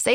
Say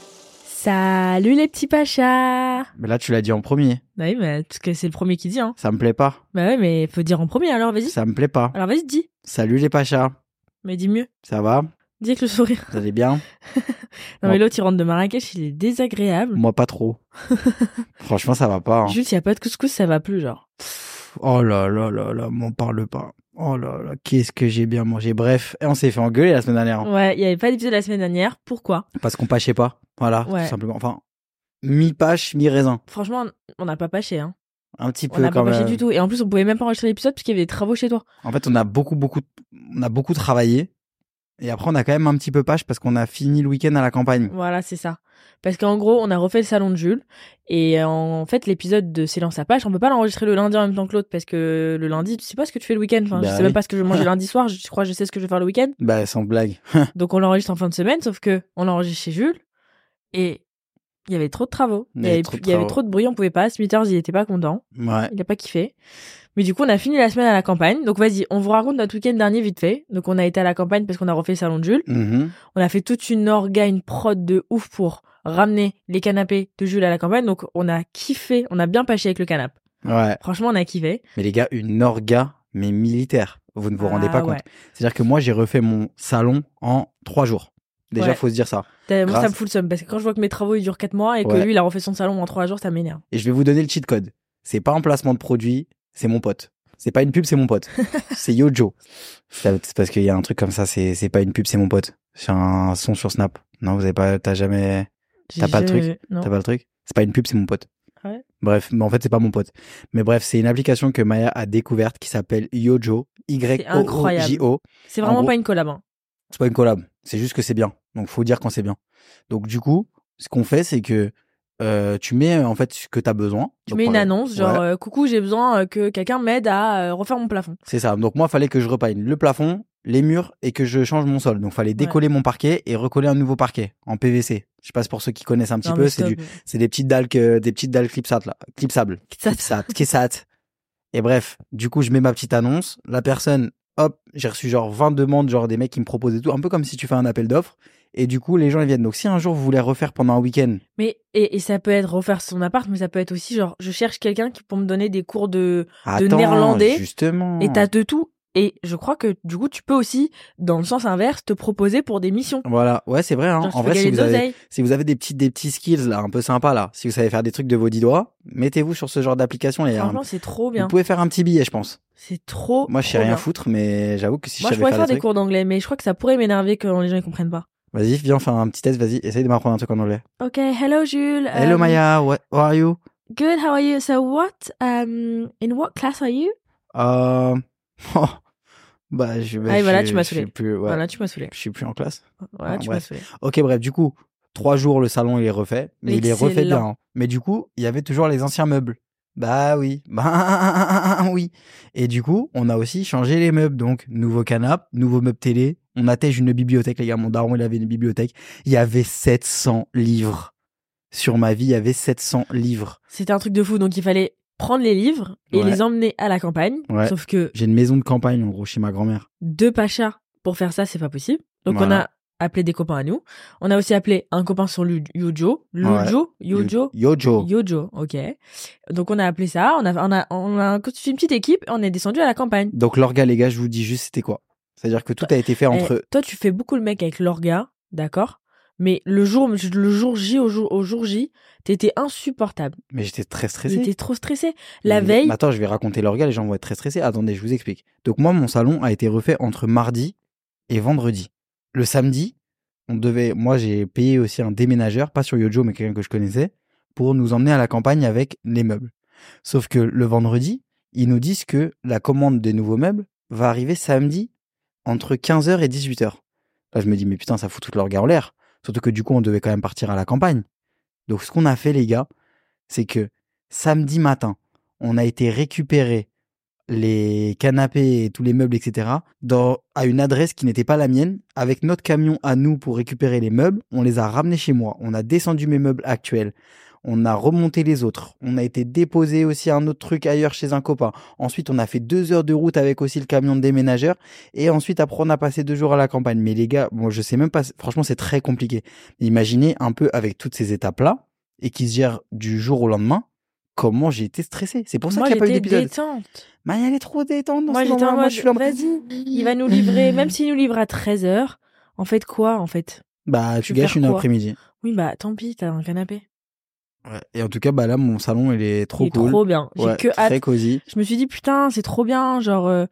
Salut les petits pachas Mais là, tu l'as dit en premier. Bah Oui, mais parce que c'est le premier qui dit, hein. Ça me plaît pas. Bah ouais, mais faut dire en premier, alors vas-y. Ça me plaît pas. Alors vas-y, dis. Salut les pachas. Mais dis mieux. Ça va Dis avec le sourire. Vous allez bien Non, Ouais. mais l'autre, il rentre de Marrakech, il est désagréable. Moi, pas trop. Franchement, ça va pas. hein. Juste, il y a pas de couscous, ça va plus, genre. Pff, Oh là là là là, m'en parle pas. Oh là là, qu'est-ce que j'ai bien mangé. Bref, et on s'est fait engueuler la semaine dernière. hein, Ouais, il y avait pas d'épisode la semaine dernière. Pourquoi Parce qu'on pâchait pas. Voilà, Ouais. tout simplement. Enfin, mi-pâche, mi-raisin. Franchement, on n'a pas pâché, hein. Un petit On peu n'a pas quand pâché même. du tout. Et en plus, on pouvait même pas enregistrer l'épisode parce qu'il y avait des travaux chez toi. En fait, on a beaucoup, beaucoup, on a beaucoup travaillé. Et après, on a quand même un petit peu pâche parce qu'on a fini le week-end à la campagne. Voilà, c'est ça. Parce qu'en gros, on a refait le salon de Jules. Et euh, en fait, l'épisode de Silence à Pâche, on peut pas l'enregistrer le lundi en même temps que l'autre. Parce que le lundi, tu sais pas ce que tu fais le week-end. Enfin, Bah je sais oui. même pas ce que je mange le lundi soir. Je crois que je sais ce que je vais faire le week-end. Bah, sans blague. Donc on l'enregistre en fin de semaine, sauf que on l'enregistre chez Jules et il y avait trop de travaux. Il y avait, trop de plus- il y avait travaux. trop de bruit, on pouvait pas. Smithers, il était pas content. Ouais. Il a pas kiffé. Mais du coup, on a fini la semaine à la campagne. Donc vas-y, on vous raconte notre week-end dernier vite fait. Donc on a été à la campagne parce qu'on a refait le salon de Jules. Mhm. On a fait toute une orga, une prod de ouf pour ramener les canapés de Jules à la campagne. Donc on a kiffé, on a bien pâché avec le canap. Ouais. Franchement, on a kiffé. Mais les gars, une orga, mais militaire. Vous ne vous rendez Ah, pas compte. ouais. C'est-à-dire que moi, j'ai refait mon salon en trois jours. Déjà, Ouais. faut se dire ça. T'as- Moi, Grâce. ça me fout le seum parce que quand je vois que mes travaux ils durent 4 mois et que Ouais. lui il a refait son salon en 3 jours, ça m'énerve. Et je vais vous donner le cheat code. C'est pas un placement de produit, c'est mon pote. C'est pas une pub, c'est mon pote. c'est Yojo. Ça- C'est parce qu'il y a un truc comme ça, c'est c'est pas une pub, c'est mon pote. C'est un son sur Snap. Non, vous avez pas, t'as jamais, T'as J'ai- pas le truc j'ai- non. Ah t'as pas le truc? C'est pas une pub, c'est mon pote. Ouais. Bref, mais en fait, c'est pas mon pote. Mais bref, c'est une application que Maya a découverte qui s'appelle Yojo. C'est incroyable. Y-O-O-J-O. C'est En vraiment gros- pas une collab. hein. C'est pas une collab, c'est juste que c'est bien. Donc faut dire quand c'est bien. Donc du coup, ce qu'on fait, c'est que euh, tu mets euh, en fait ce que t'as besoin. Tu Donc, mets une par- annonce, genre Ouais, euh, coucou, j'ai besoin euh, que quelqu'un m'aide à euh, refaire mon plafond. c'est ça. Donc moi, fallait que je repeigne le plafond, les murs et que je change mon sol. Donc fallait décoller mon parquet et recoller un nouveau parquet en PVC. Je passe pour ceux qui connaissent un petit Non, peu, mais c'est stop. du, c'est des petites dalles que, des petites dalles clipsables là, clipsables. Ça- Kitsat, Kitsat. Et bref, du coup, je mets ma petite annonce. La personne, hop, j'ai reçu genre 20 demandes, genre des mecs qui me proposent et tout, un peu comme si tu fais un appel d'offres. Et du coup, les gens, ils viennent. Donc, si un jour vous voulez refaire pendant un week-end, Mais et, et ça peut être refaire son appart, mais ça peut être aussi genre je cherche quelqu'un qui pour me donner des cours de attends, néerlandais justement. et t'as de tout. Et je crois que du coup tu peux aussi dans le sens inverse te proposer pour des missions. Voilà, ouais, c'est vrai. hein. Genre, tu en peux vrai, si gagner vous, de avez, l'oseille. si vous avez des petits, des petits skills là, un peu sympa là, si vous savez faire des trucs de vos dix doigts, mettez-vous sur ce genre d'application et un- Franchement, c'est trop bien. vous pouvez faire un petit billet, je pense. C'est trop. Moi, je sais trop rien bien. foutre, mais j'avoue que si Moi, je je savais pourrais faire faire des des trucs, cours d'anglais, mais je crois que ça pourrait m'énerver quand les gens ils comprennent pas. vas-y, viens faire un petit test. Vas-y, essaye de m'apprendre un truc en anglais. Ok, hello Jules. Hello um, Maya, what, how are you? Good, how are you? So what, um, in what class are you? Euh... oh, Bah, je, bah, Ah, et voilà, je- tu m'as je saoulé. suis Plus, ouais, Voilà, tu m'as saoulé. Je suis plus en classe. Voilà, Ah, tu m'as bref. saoulé. Ok, bref, du coup, trois jours, le salon, il est refait. Mais il est refait Excellent. bien. hein. Mais du coup, il y avait toujours les anciens meubles. Bah oui, bah oui. Et du coup, on a aussi changé les meubles. Donc, nouveau canapé, nouveau meuble télé. On attège une bibliothèque, les gars. Mon daron, il avait une bibliothèque. Il y avait 700 livres. Sur ma vie, il y avait 700 livres. C'était un truc de fou, donc il fallait prendre les livres et Ouais. les emmener à la campagne. Ouais. Sauf que J'ai une maison de campagne, en gros, chez ma grand-mère. deux pachas pour faire ça, c'est pas possible. Donc on a Voilà. appelé des copains à nous. On a aussi appelé un copain sur Lu- Yojo. Lujo Yojo Yojo. Yojo, ok. Donc on a appelé ça, on a, on a, on a constitué une petite équipe et on est descendu à la campagne. Donc, l'orga, les gars, je vous dis juste, c'était quoi C'est-à-dire que tout a été fait entre Eh, toi, tu fais beaucoup le mec avec l'orga, d'accord mais le jour, le jour J, au jour, au jour J, t'étais insupportable. Mais j'étais très stressé. T'étais trop stressé. La Mais- veille, mais Attends, je vais raconter l'orga, les gens vont être très stressés. Attendez, je vous explique. Donc moi, mon salon a été refait entre mardi et vendredi. Le samedi, on devait, moi j'ai payé aussi un déménageur, pas sur Yojo, mais quelqu'un que je connaissais, pour nous emmener à la campagne avec les meubles. Sauf que le vendredi, ils nous disent que la commande des nouveaux meubles va arriver samedi entre 15h et 18h. Là, je me dis, mais putain, ça fout toute l'orga en l'air. Surtout que du coup, on devait quand même partir à la campagne. Donc ce qu'on a fait, les gars, c'est que samedi matin, on a été récupérer les canapés et tous les meubles, etc., dans, à une adresse qui n'était pas la mienne, avec notre camion à nous pour récupérer les meubles. On les a ramenés chez moi. On a descendu mes meubles actuels. On a remonté les autres. On a été déposé aussi un autre truc ailleurs chez un copain. Ensuite, on a fait deux heures de route avec aussi le camion de déménageur. Et ensuite, après, on a passé deux jours à la campagne. Mais les gars, moi, je sais même pas. Franchement, c'est très compliqué. Imaginez un peu avec toutes ces étapes-là et qui se gèrent du jour au lendemain. Comment j'ai été stressé. C'est pour ça moi qu'il n'y a pas eu j'étais d'épisode. détente. Man, elle est trop détente. dans Moi ce j'étais en moment-là. mode, je suis là en mode- vas-y, il va nous livrer, même s'il nous livre à 13h, en fait quoi en fait Bah, Je tu vais gâches faire une quoi après-midi. Oui bah tant pis, t'as un canapé. Et en tout cas, bah là, mon salon, il est trop il est cool. trop bien. J'ai Ouais, que très hâte. cosy. Je me suis dit putain c'est trop bien, genre euh,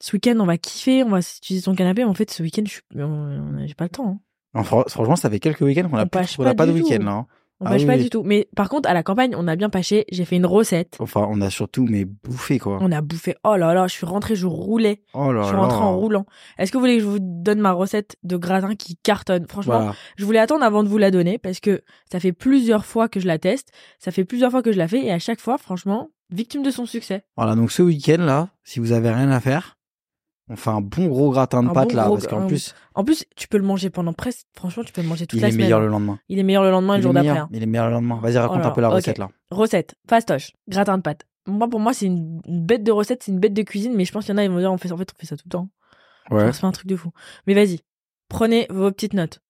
ce week-end on va kiffer, on va utiliser ton canapé, mais en fait ce week-end je suis- on- on- j'ai pas le temps. hein. Non, fran- franchement, ça fait quelques week-ends qu'on On n'a pâche plus- on n'a pas pas de du tout. week-end. là, hein. On Ah pâche oui, pas oui. du tout. Mais par contre à la campagne on a bien pâché, j'ai fait une recette. Enfin, on a surtout, mais bouffé, quoi. On a bouffé, oh là là, je suis rentrée, je roulais, Oh là je suis là. rentrée en roulant. Est-ce que vous voulez que je vous donne ma recette de gratin qui cartonne Franchement, Voilà. Je voulais attendre avant de vous la donner parce que ça fait plusieurs fois que je la teste, ça fait plusieurs fois que je la fais et à chaque fois, franchement, victime de son succès. Voilà, donc ce week-end, là, si vous avez rien à faire, on fait un bon gros gratin de Un pâtes, bon là, gros parce qu'en gra- plus, En plus, tu peux le manger pendant presque, franchement, tu peux le manger toute il la est semaine. meilleur le lendemain. Il est meilleur le lendemain et le il, est jour d'après. meilleur, hein. il est meilleur le lendemain. Vas-y, raconte là un peu la là, ok. recette, là. Recette, fastoche, gratin de pâte. Moi, pour moi, c'est une une bête de recette, c'est une bête de cuisine, mais je pense qu'il y en a, ils vont dire, on fait, ça- en fait, on fait ça tout le temps. Ouais. Genre, C'est pas un truc de fou. Mais vas-y, prenez vos petites notes.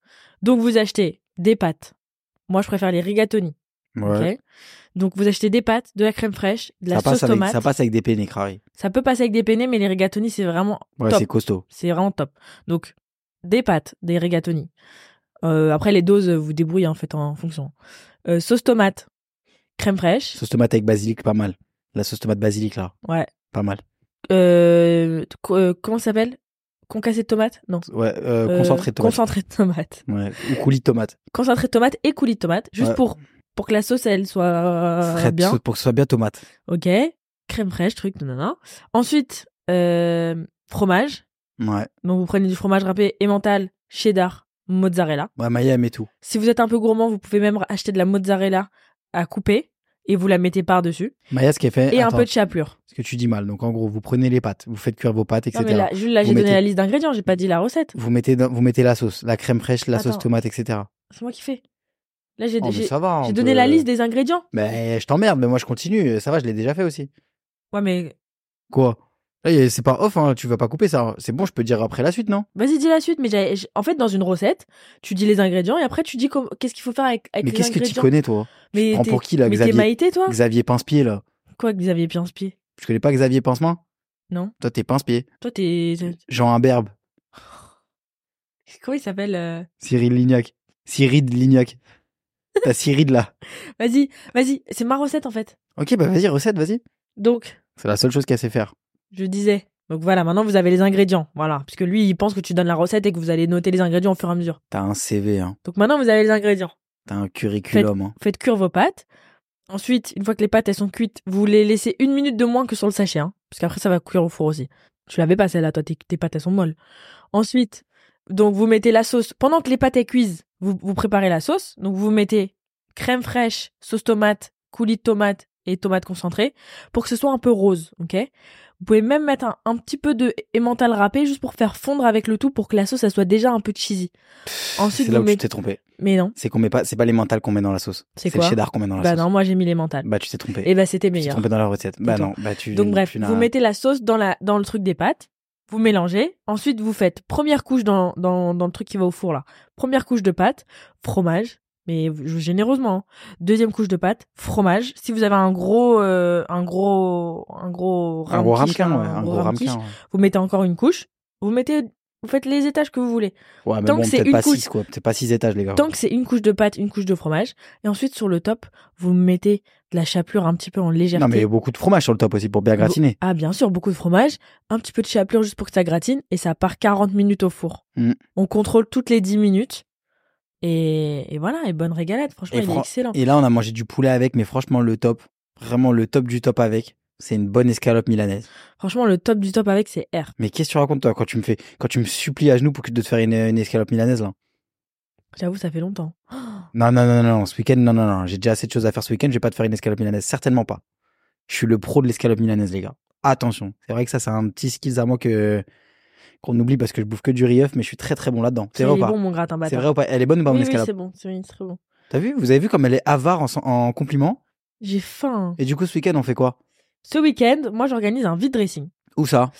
Donc, vous achetez des pâtes. Moi, je préfère les rigatoni. Ouais. ok Donc, vous achetez des pâtes, de la crème fraîche, de la Ça sauce passe avec, tomate. ça passe avec des pénis, Crary. Ça peut passer avec des penne mais les rigatoni, c'est vraiment Ouais, top. c'est costaud. C'est vraiment top. Donc, des pâtes, des rigatoni. Euh, après, les doses, euh, vous débrouillez en fait en fonction. Euh, sauce tomate, crème fraîche, Sauce tomate avec basilic, pas mal. La sauce tomate basilic, là. Ouais. Pas mal. euh, co- euh, comment ça s'appelle Concassé de tomate Non. Ouais, euh, Euh, concentré de tomate. Concentré de tomate. Ouais, ou coulis de tomate. Concentré de tomate et coulis de tomate, juste Ouais. pour, pour que la sauce, elle soit euh, Frais- bien. Pour que ce soit bien tomate. Ok. Crème fraîche, truc, nanana. Ensuite, euh, fromage. Ouais. Donc, vous prenez du fromage râpé, emmental, cheddar, mozzarella. Ouais, Maya aime et tout. Si vous êtes un peu gourmand, vous pouvez même acheter de la mozzarella à couper et vous la mettez par-dessus. Maya, ce qu'elle fait. Et attends, un peu de chapelure. Ce que tu dis mal. Donc, en gros, vous prenez les pâtes, vous faites cuire vos pâtes, Non, etc. mais là, Jules, là, Vous j'ai donné mettez- la liste d'ingrédients, j'ai pas dit la recette. Vous, mettez dans- vous mettez la sauce, la crème fraîche, la sauce Attends. tomate, etc. C'est moi qui fais. Là, j'ai Oh, mais j'ai- ça va. on j'ai donné peut- la liste des ingrédients. Mais je t'emmerde, mais moi, je continue. Ça va, je l'ai déjà fait aussi. Ouais, mais Quoi Là, y a- c'est pas off, hein, tu vas pas couper ça. C'est bon, je peux dire après la suite, non vas-y, dis la suite. Mais j'avais- j'- en fait, dans une recette, tu dis les ingrédients et après, tu dis com- qu'est-ce qu'il faut faire avec, avec Mais les qu'est-ce que tu ingrédients. Hein? connais, toi Mais prends t'es- pour qui, là, mais Xavier t'es maïté, toi Xavier Pince-Pied, là. Quoi, Xavier Pince-Pied Tu connais pas Xavier Pince-Main Non. Toi, t'es Pince-Pied. Toi, t'es. t'es- Jean Imberbe. Comment il s'appelle euh Cyril Lignac. Cyril Lignac. T'as Cyril, là. Vas-y, vas-y, c'est ma recette en fait. Ok, bah vas-y, recette, vas-y. Donc, C'est la seule chose qu'elle sait faire. je disais. Donc voilà, maintenant vous avez les ingrédients. Voilà, parce que lui, il pense que tu donnes la recette et que vous allez noter les ingrédients au fur et à mesure. T'as un CV, hein. Donc maintenant vous avez les ingrédients. T'as un curriculum, hein. Faites cuire vos pâtes. Ensuite, une fois que les pâtes elles sont cuites, vous les laissez une minute de moins que sur le sachet, hein, parce qu'après ça va cuire au four aussi. Tu l'avais pas celle-là, toi, tes, tes pâtes elles sont molles. Ensuite, donc vous mettez la sauce. Pendant que les pâtes elles cuisent, vous, vous préparez la sauce. Donc vous mettez crème fraîche, sauce tomate, coulis de tomate, et tomate concentrée pour que ce soit un peu rose, ok Vous pouvez même mettre un, un petit peu de emmental râpé juste pour faire fondre avec le tout pour que la sauce, elle soit déjà un peu cheesy. Ensuite, hein. C'est là vous où tu mettez... t'es trompé. Mais non, C'est qu'on met pas, c'est pas les mentales qu'on met dans la sauce. C'est le quoi cheddar qu'on met dans la bah sauce. non, moi j'ai mis les mentales. Bah tu t'es trompé. Et bah c'était tu t'es meilleur. trompé dans la recette. Bah Putain. non, bah tu. Donc bref, tu n'as- vous mettez la sauce dans, la, dans le truc des pâtes, vous mélangez, ensuite vous faites première couche dans, dans, dans le truc qui va au four là. Première couche de pâtes, fromage, mais v- généreusement. hein. Deuxième couche de pâtes, fromage. Si vous avez un gros euh, un gros un gros un gros ramequiche, ramequin, ouais, un un gros gros ramequiche, ramequin. ouais. vous mettez encore une couche, vous mettez vous faites les étages que vous voulez. Ouais, mais Tant bon, que c'est peut-être une pas couche- 6 quoi, peut-être pas 6 étages les gars. Tant que c'est une couche de pâtes, une couche de fromage et ensuite sur le top, vous mettez de la chapelure un petit peu en légèreté. Non mais beaucoup de fromage sur le top aussi pour bien gratiner. Ah bien sûr, beaucoup de fromage, un petit peu de chapelure juste pour que ça gratine et ça part 40 minutes au four. Mm. On contrôle toutes les 10 minutes. Et, et voilà, et bonne régalade, franchement, Et il fran- est excellent. Et là, on a mangé du poulet avec, mais franchement, le top, vraiment le top du top avec, c'est une bonne escalope milanaise. Franchement, le top du top avec, c'est R. Mais qu'est-ce que tu racontes toi quand tu me fais, quand tu me supplies à genoux pour que de te faire une, une escalope milanaise là J'avoue, ça fait longtemps. Non, non, non, non, non, ce week-end, non, non, non, j'ai déjà assez de choses à faire ce week-end, je vais pas te faire une escalope milanaise, certainement pas. Je suis le pro de l'escalope milanaise, les gars. Attention, c'est vrai que ça, c'est un petit skill à moi que qu'on oublie parce que je bouffe que du riz œuf, mais je suis très très bon là-dedans. C'est Il vrai ou est pas bon, mon gratin C'est bâtard. vrai ou pas Elle est bonne ou pas mon oui, oui, escalope c'est bon, c'est oui, c'est très bon. T'as vu Vous avez vu comme elle est avare en, sen- en compliments J'ai faim. Et du coup, ce week-end, on fait quoi Ce week-end, moi, j'organise un vide dressing Où ça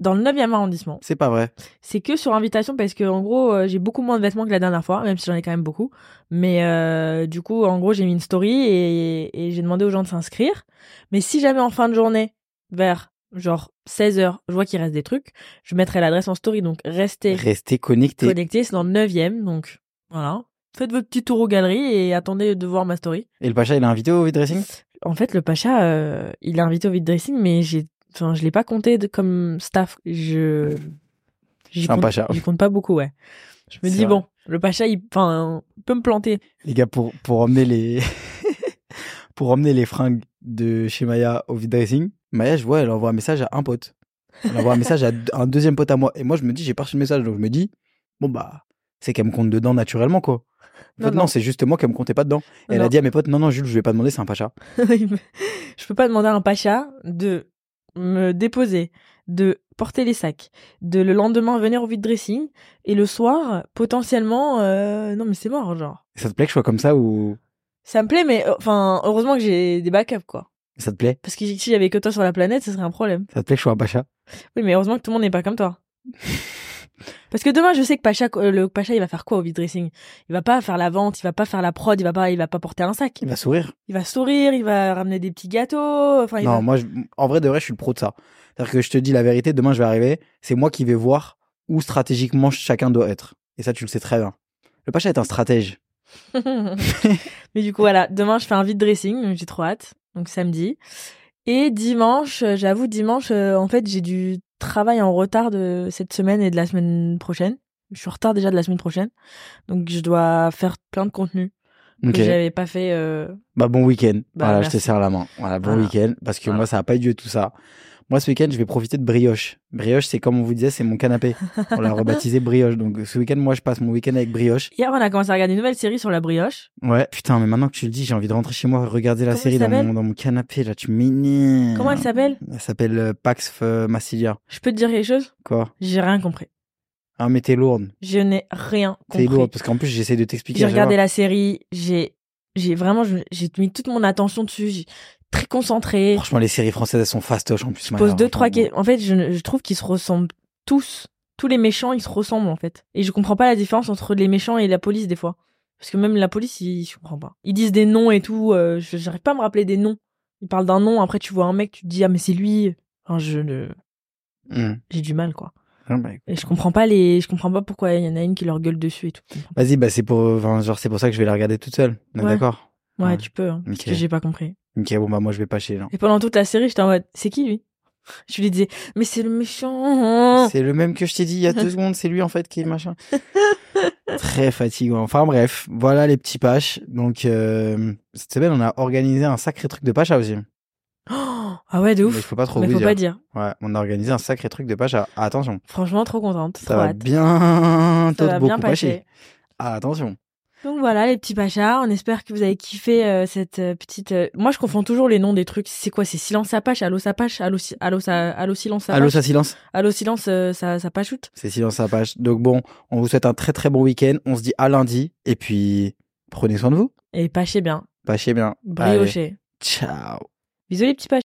dans le 9e arrondissement. C'est pas vrai. C'est que sur invitation parce que en gros euh, j'ai beaucoup moins de vêtements que la dernière fois, même si j'en ai quand même beaucoup. Mais euh, du coup en gros j'ai mis une story et, et j'ai demandé aux gens de s'inscrire. Mais si jamais en fin de journée, vers genre 16h, je vois qu'il reste des trucs, je mettrai l'adresse en story. Donc restez Restez connectés. connectés, c'est dans le 9ème. Donc voilà, faites votre petit tour aux galeries et attendez de voir ma story. Et le Pacha, il a invité au vide dressing En fait le Pacha, euh, il a invité au vide dressing mais j'ai... Enfin, je l'ai pas compté de- comme staff. Je... J'y C'est un compte- Pacha. j'y compte pas beaucoup, ouais. Je me C'est dis, vrai. bon, le Pacha, il, enfin, il peut me planter. Les gars, pour, pour emmener les. pour emmener les fringues de chez Maya au vide dressing, Maya, je vois, elle envoie un message à un pote. Elle envoie un message à d- un deuxième pote à moi. Et moi, je me dis, j'ai pas reçu le message. Donc, je me dis, bon, bah, c'est qu'elle me compte dedans naturellement, quoi. En Non, fait, non, non. c'est juste moi qu'elle me comptait pas dedans. Et Elle Non. a dit à mes potes, non, non, Jules, je vais pas demander, c'est un Pacha. je peux pas demander à un Pacha de me déposer, de porter les sacs, de le lendemain venir au vide dressing et le soir, potentiellement, euh, non, mais c'est mort, genre. Et ça te plaît que je sois comme ça ou. Ça me plaît, mais euh, enfin, heureusement que j'ai des backups, quoi. Ça te plaît Parce que si j'avais que toi sur la planète, ce serait un problème. Ça te plaît que je sois un Pacha Oui, mais heureusement que tout le monde n'est pas comme toi. Parce que demain, je sais que Pacha, euh, le Pacha, il va faire quoi au vide dressing Il va pas faire la vente, il va pas faire la prod, il va pas, il va pas porter un sac. Il va sourire. Il va sourire, il va ramener des petits gâteaux. Enfin, il Non, va- moi, je- en vrai, de vrai, je suis le pro de ça. C'est-à-dire que je te dis la vérité, demain, je vais arriver, c'est moi qui vais voir où stratégiquement chacun doit être. Et ça, tu le sais très bien. Le Pacha est un stratège. Mais du coup, voilà, demain, je fais un vide dressing, donc j'ai trop hâte. Donc samedi. Et dimanche, euh, j'avoue, dimanche, euh, en fait, j'ai du travail en retard de cette semaine et de la semaine prochaine. Je suis en retard déjà de la semaine prochaine. Donc je dois faire plein de contenu Ok. que j'avais pas fait. euh, Bah, bon week-end. Bah, voilà, je merci. te serre la main. Voilà, bon Voilà. week-end. Parce que Voilà. moi, ça n'a pas eu lieu tout ça. Moi, ce week-end, je vais profiter de brioche. Brioche, c'est comme on vous disait, c'est mon canapé. On l'a rebaptisé brioche. Donc, ce week-end, moi, je passe mon week-end avec brioche. Hier, on a commencé à regarder une nouvelle série sur la brioche. Ouais. Putain, mais maintenant que tu le dis, j'ai envie de rentrer chez moi, regarder la Comment série elle dans mon, s'appelle dans mon canapé. Là, tu m'énerves. Comment elle s'appelle Elle s'appelle euh, Pax euh, Massilia. Je peux te dire quelque chose Quoi J'ai rien compris. Ah, mais t'es lourde. Je n'ai rien T'es compris. lourde, parce qu'en plus, j'essaie de t'expliquer. J'ai à chaque regardé fois. la série, j'ai j'ai vraiment je- j'ai mis toute mon attention dessus, j'ai très concentrée. Franchement, les séries françaises, elles sont fastoches en plus. Je pose deux trois questions. En fait, je, ne- je trouve qu'ils se ressemblent tous. Tous les méchants, ils se ressemblent en fait. Et je comprends pas la différence entre les méchants et la police des fois. Parce que même la police, ils, je comprends pas. Ils disent des noms et tout. euh, je j'arrive pas à me rappeler des noms. Ils parlent d'un nom. Après, tu vois un mec, tu te dis ah mais c'est lui. Enfin, je ne- Mmh. j'ai du mal quoi. Ah, bah, écoute. Et je comprends pas les, je comprends pas pourquoi il y en a une qui leur gueule dessus et tout. Je comprends Vas-y, bah, c'est pour, enfin, genre, c'est pour ça que je vais la regarder toute seule. On est Ouais. D'accord. pas. Ouais, Ouais. tu peux. hein, Parce Ok. que j'ai pas compris. Ok, bon, bah, moi, je vais pas chez les gens. Et pendant toute la série, j'étais en mode, c'est qui lui Je lui disais, mais c'est le méchant. C'est le même que je t'ai dit il y a deux secondes, c'est lui en fait qui est machin. Très fatigant. Enfin bref, voilà les petits paches. Donc euh, cette semaine, on a organisé un sacré truc de pacha aussi. Oh, ah ouais, de Mais ouf. faut pas trop Mais vous faut dire. pas dire. Ouais, on a organisé un sacré truc de pacha. Attention, Franchement, trop contente. ça trop va hâte. bientôt Ça va beaucoup bien passer. Ah, attention. Donc voilà les petits pachas, on espère que vous avez kiffé euh, cette euh, petite... euh, Moi je confonds toujours les noms des trucs, c'est quoi C'est silence à pache, allo ça pache, allo, si- allo, ça... allo silence à Allô, pache, ça silence allo silence euh, ça, ça pachoute. C'est silence à page. Donc bon, on vous souhaite un très très bon week-end. On se dit à lundi. Et puis, prenez soin de vous. Et pachez bien, Pâchez bien. Allez, briochez. ciao. Bisous les petits pachas.